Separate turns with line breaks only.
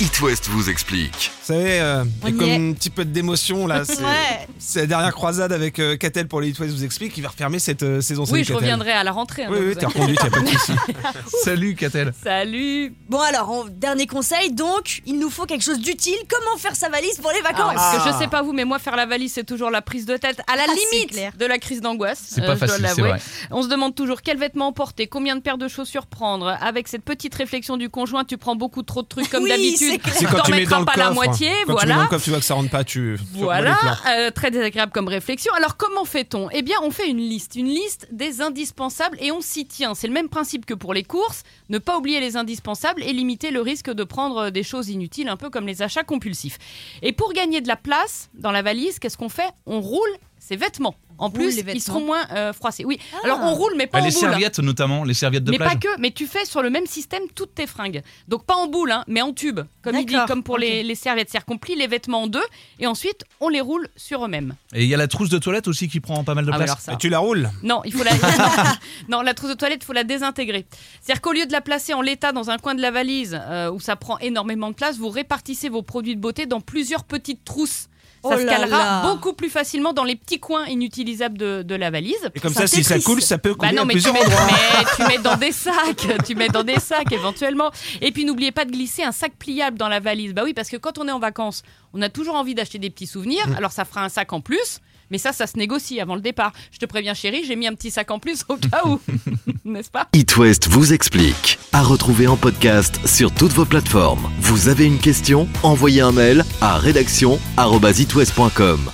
It West vous explique.
Vous savez, euh, il y a
On y
comme
est.
un petit peu de démotion là. C'est
Ouais.
c'est la dernière croisade avec euh, Catel pour les It West vous explique. Il va refermer cette euh, saison.
Oui,
salut,
je
Catel.
reviendrai à la rentrée. hein,
Oui,
ne
oui,
vous
t'es
inquiétez
reconduite, il a pas de souci. Salut Catel.
pas. Salut.
Bon alors, on- dernier conseil, donc, il nous faut quelque chose d'utile. Comment faire sa valise pour les
Ah,
vacances
parce que je sais pas vous, mais moi, faire la valise, c'est toujours la prise de tête à la
Ah, c'est clair.
limite de la crise d'angoisse.
C'est
euh,
pas
je dois
facile, c'est
l'avouer.
vrai.
On se demande toujours quels vêtements porter, combien de paires de chaussures prendre. Avec cette petite réflexion du conjoint, tu prends beaucoup trop de trucs comme
Oui, c'est
d'habitude.
clair.
C'est quand
T'en
tu mets
mettras
dans le
pas la
coffre. hein.
moitié,
quand tu mets
voilà.
dans le coffre, tu vois que ça rentre pas, tu. tu remets
Voilà,
les plans.
euh, très désagréable comme réflexion. Alors comment fait-on Eh bien, on fait une liste, une liste des indispensables et on s'y tient. C'est le même principe que pour les courses, ne pas oublier les indispensables et limiter le risque de prendre euh, des choses inutiles, un peu comme les achats compulsifs. Et pour gagner de la place dans la valise, qu'est-ce qu'on fait On roule ses vêtements. En
roule
plus,
les vêtements.
ils seront moins euh, froissés. Oui, alors on roule, mais pas
Ah,
en
les
boule. hein.
serviettes notamment, les serviettes de
Mais
plage.
pas que, mais tu fais sur le même système toutes tes fringues. Donc pas en boule, hein, mais en tube, comme il dit,
D'accord,
comme pour
ok.
les, les serviettes. C'est-à-dire qu'on plie les vêtements en deux et ensuite on les roule sur eux-mêmes.
Et il y a la trousse de toilette aussi qui prend pas mal de
Ah,
place.
alors ça.
Et tu la roules.
Non, il faut la... non, la trousse de toilette, il faut la désintégrer. C'est-à-dire qu'au lieu de la placer en l'état dans un coin de la valise euh, où ça prend énormément de place, vous répartissez vos produits de beauté dans plusieurs petites trousses. Ça
Oh
se
là
calera
là.
beaucoup plus facilement dans les petits coins inutilisables de, de la valise.
Et comme
C'est
ça,
un
si ça
Tetris.
coule, ça peut couler
Bah non,
à
mais tu,
plusieurs
mets,
endroits.
mais tu mets dans des sacs, tu mets dans des sacs éventuellement. Et puis n'oubliez pas de glisser un sac pliable dans la valise. Bah oui, parce que quand on est en vacances, on a toujours envie d'acheter des petits souvenirs.
Mm.
Alors ça fera un sac en plus, mais ça, ça se négocie avant le départ. Je te préviens, chérie, j'ai mis un petit sac en plus au cas où, n'est-ce pas
It West vous explique. À retrouver en podcast sur toutes vos plateformes. Vous avez une question Envoyez un mail à rédaction@itwest.com.